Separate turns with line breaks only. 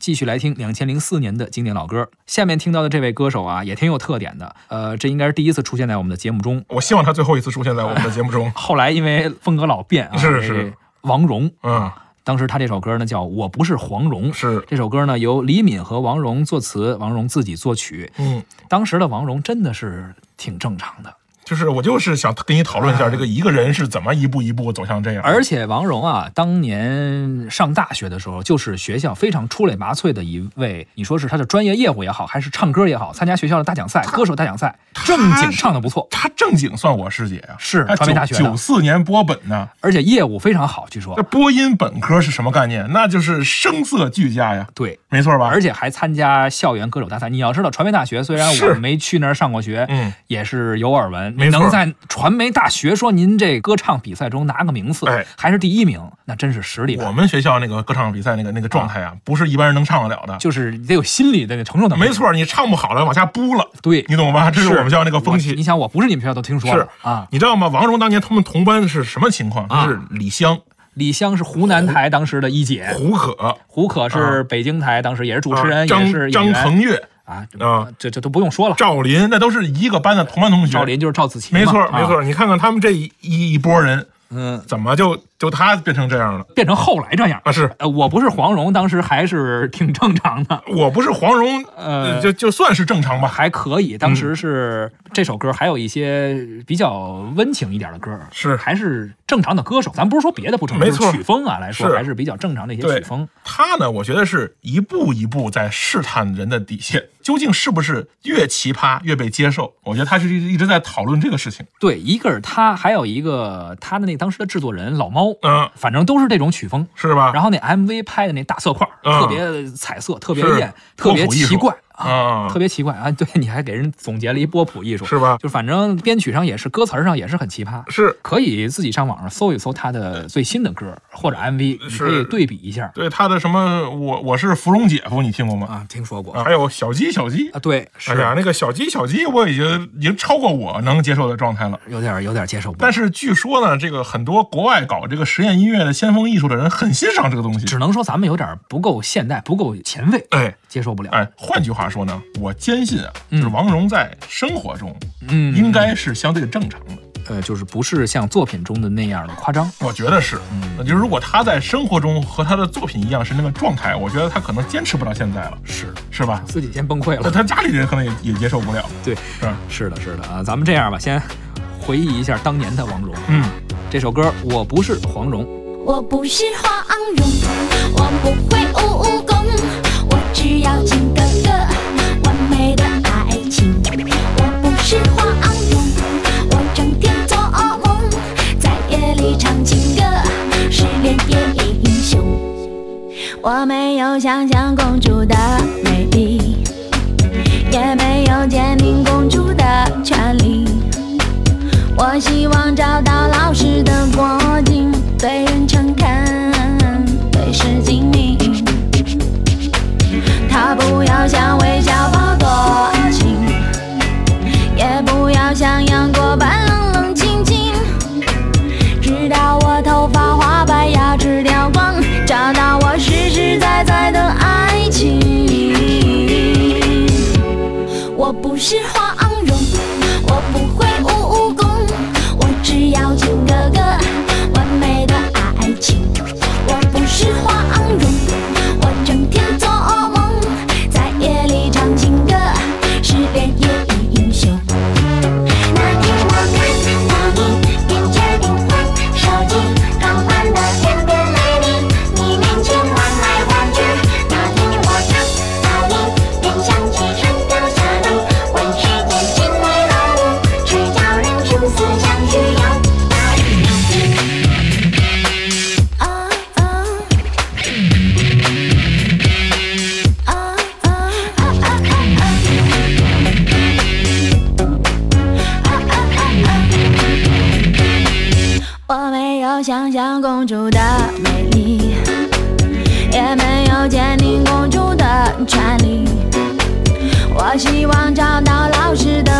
继续来听两千零四年的经典老歌。下面听到的这位歌手啊，也挺有特点的。呃，这应该是第一次出现在我们的节目中。。
我希望他最后一次出现在我们的节目中
后来因为风格老变啊，
是
这
是
王蓉，
嗯，
当时他这首歌呢叫《我不是黄蓉》，
是，
这首歌呢由李敏和王蓉作词，王蓉自己作曲。
嗯，
当时的王蓉真的是挺正常的，
就是我就是想跟你讨论一下，这个一个人是怎么一步一步走向这
啊
样。
而且王蓉啊，当年上大学的时候，就是学校非常出类拔萃的一位，你说是她的专业业务也好，还是唱歌也好，参加学校的大奖赛、歌手大奖赛，正经唱的不错，
他正经算我师姐呀、
是
他
传媒大学的
九四年播本呢，
而且业务非常好，据说
那播音本科是什么概念？那就是声色俱佳呀，
对。
没错吧？
而且还参加校园歌手大赛。你要知道，传媒大学虽然我
是
没去那儿上过学，
嗯，
也是有耳闻。
没错
能在传媒大学说您这歌唱比赛中拿个名次，
哎
还是第一名，那真是实力派
我们学校那个歌唱比赛那个那个状态啊，不是一般人能唱得了的。
就是得有心理的承受能力。
没，错，你唱不好了，往下扑了，
对，
你懂吧？这是
是
我们学校那个风
我你
气。
想，我不是你们学校都听说了
是
啊。
你知道吗？王蓉当年他们同班是什么情况？
啊
就是李湘、
李湘是湖南台当时的一姐，
胡可、
胡可是北京台当时也是主持人，
啊
也
张
是演
张
员
腾岳、
啊这
啊
这这都不用说了。
赵琳，那都是一个班的同班同学。
赵琳就是赵子琪嘛，
没错，
啊
没，错。你看看他们这一一一波人，
嗯，
怎么就就他变成这样了？
变成后来这样
啊，是
呃，我不是黄蓉，当时还是挺正常的，
我不是黄蓉，
呃
就就算是正常吧。
还可以。当
嗯
时是这首歌还有一些比较温情一点的歌，
是
还是正常的歌手。咱不是说别的不正常，
没错
就是曲风啊来说
是
还是比较正常的一些
对
曲风。
他呢，我觉得是一步一步在试探人的底线，究竟是不是越奇葩越被接受？我觉得他是一直在讨论这个事情。
对，一个是他，还有一个他的那当时的制作人老猫，
嗯，
反正都是这种曲风。
是吧？
啊然后那 MV 拍的那大色块儿，
嗯
特别彩色，特别
是
艳，特别
波普艺术
奇怪
啊
特别奇怪啊！对，你还给人总结了一波普艺术，
是啊吧
就反正编曲上也是，歌词儿上也是很奇葩。
是
可以自己上网上搜一搜他的最新的歌或者 MV，你可以
是
对比一下
对他的什么，我我是芙蓉姐夫，你听过吗？
啊。听说过
还有小鸡小鸡
啊，，对，是
哎呀，那个小鸡小鸡，我已经已经超过我能接受的状态了。
有点有点接受不了
但，是据说呢，这个很多国外搞这个实验音乐的先锋艺术的人很欣赏这个东西。
只能说咱们有点不够现代，不够前卫，
哎
接受不了。
哎，换句话说呢，我坚信啊，就是王蓉在生活中
嗯，
应该是相对正常的。
呃，就是不是像作品中的那样的夸张。
我觉得是，
嗯
那就是如果他在生活中和他的作品一样是那个状态，我觉得他可能坚持不到现在了，
是，
是吧？
自己先崩溃
那
了。
他家里人可能也也接受不了，
对，
是吧？
是的，是的啊，咱们这样吧，先回忆一下当年的王蓉。
嗯，
这首歌《我不是黄蓉》，
我不是花昂绒，我不会武功，我只要金哥哥，完美的爱情。我不是花昂绒，我整天做噩梦，在夜里唱情歌，失恋也英雄。我没有想象公主的美丽，也没有坚定公主的权利。我希望找到老实的国境，对人诚恳，对事精明。他不要像韦小宝多情，也不要像杨过般冷冷清清。直到我头发花白，牙齿掉光，找到我实实在在的爱情。我不是花昂绒，我不会武功，我只要情哥哥，完美的爱情。我不是花昂绒，我整天做噩梦，在夜里唱情歌，失恋也已英雄。那天我看到你眼前灵换手机，刚换的天边美丽，你面前换来换去。那天我看到你，便想起山脚下路，问世间情为何物，只要人生死相许有道理。啊啊啊啊啊啊啊！我没有想象公主的美丽，也没有坚定公主的权利。我希望找到老实的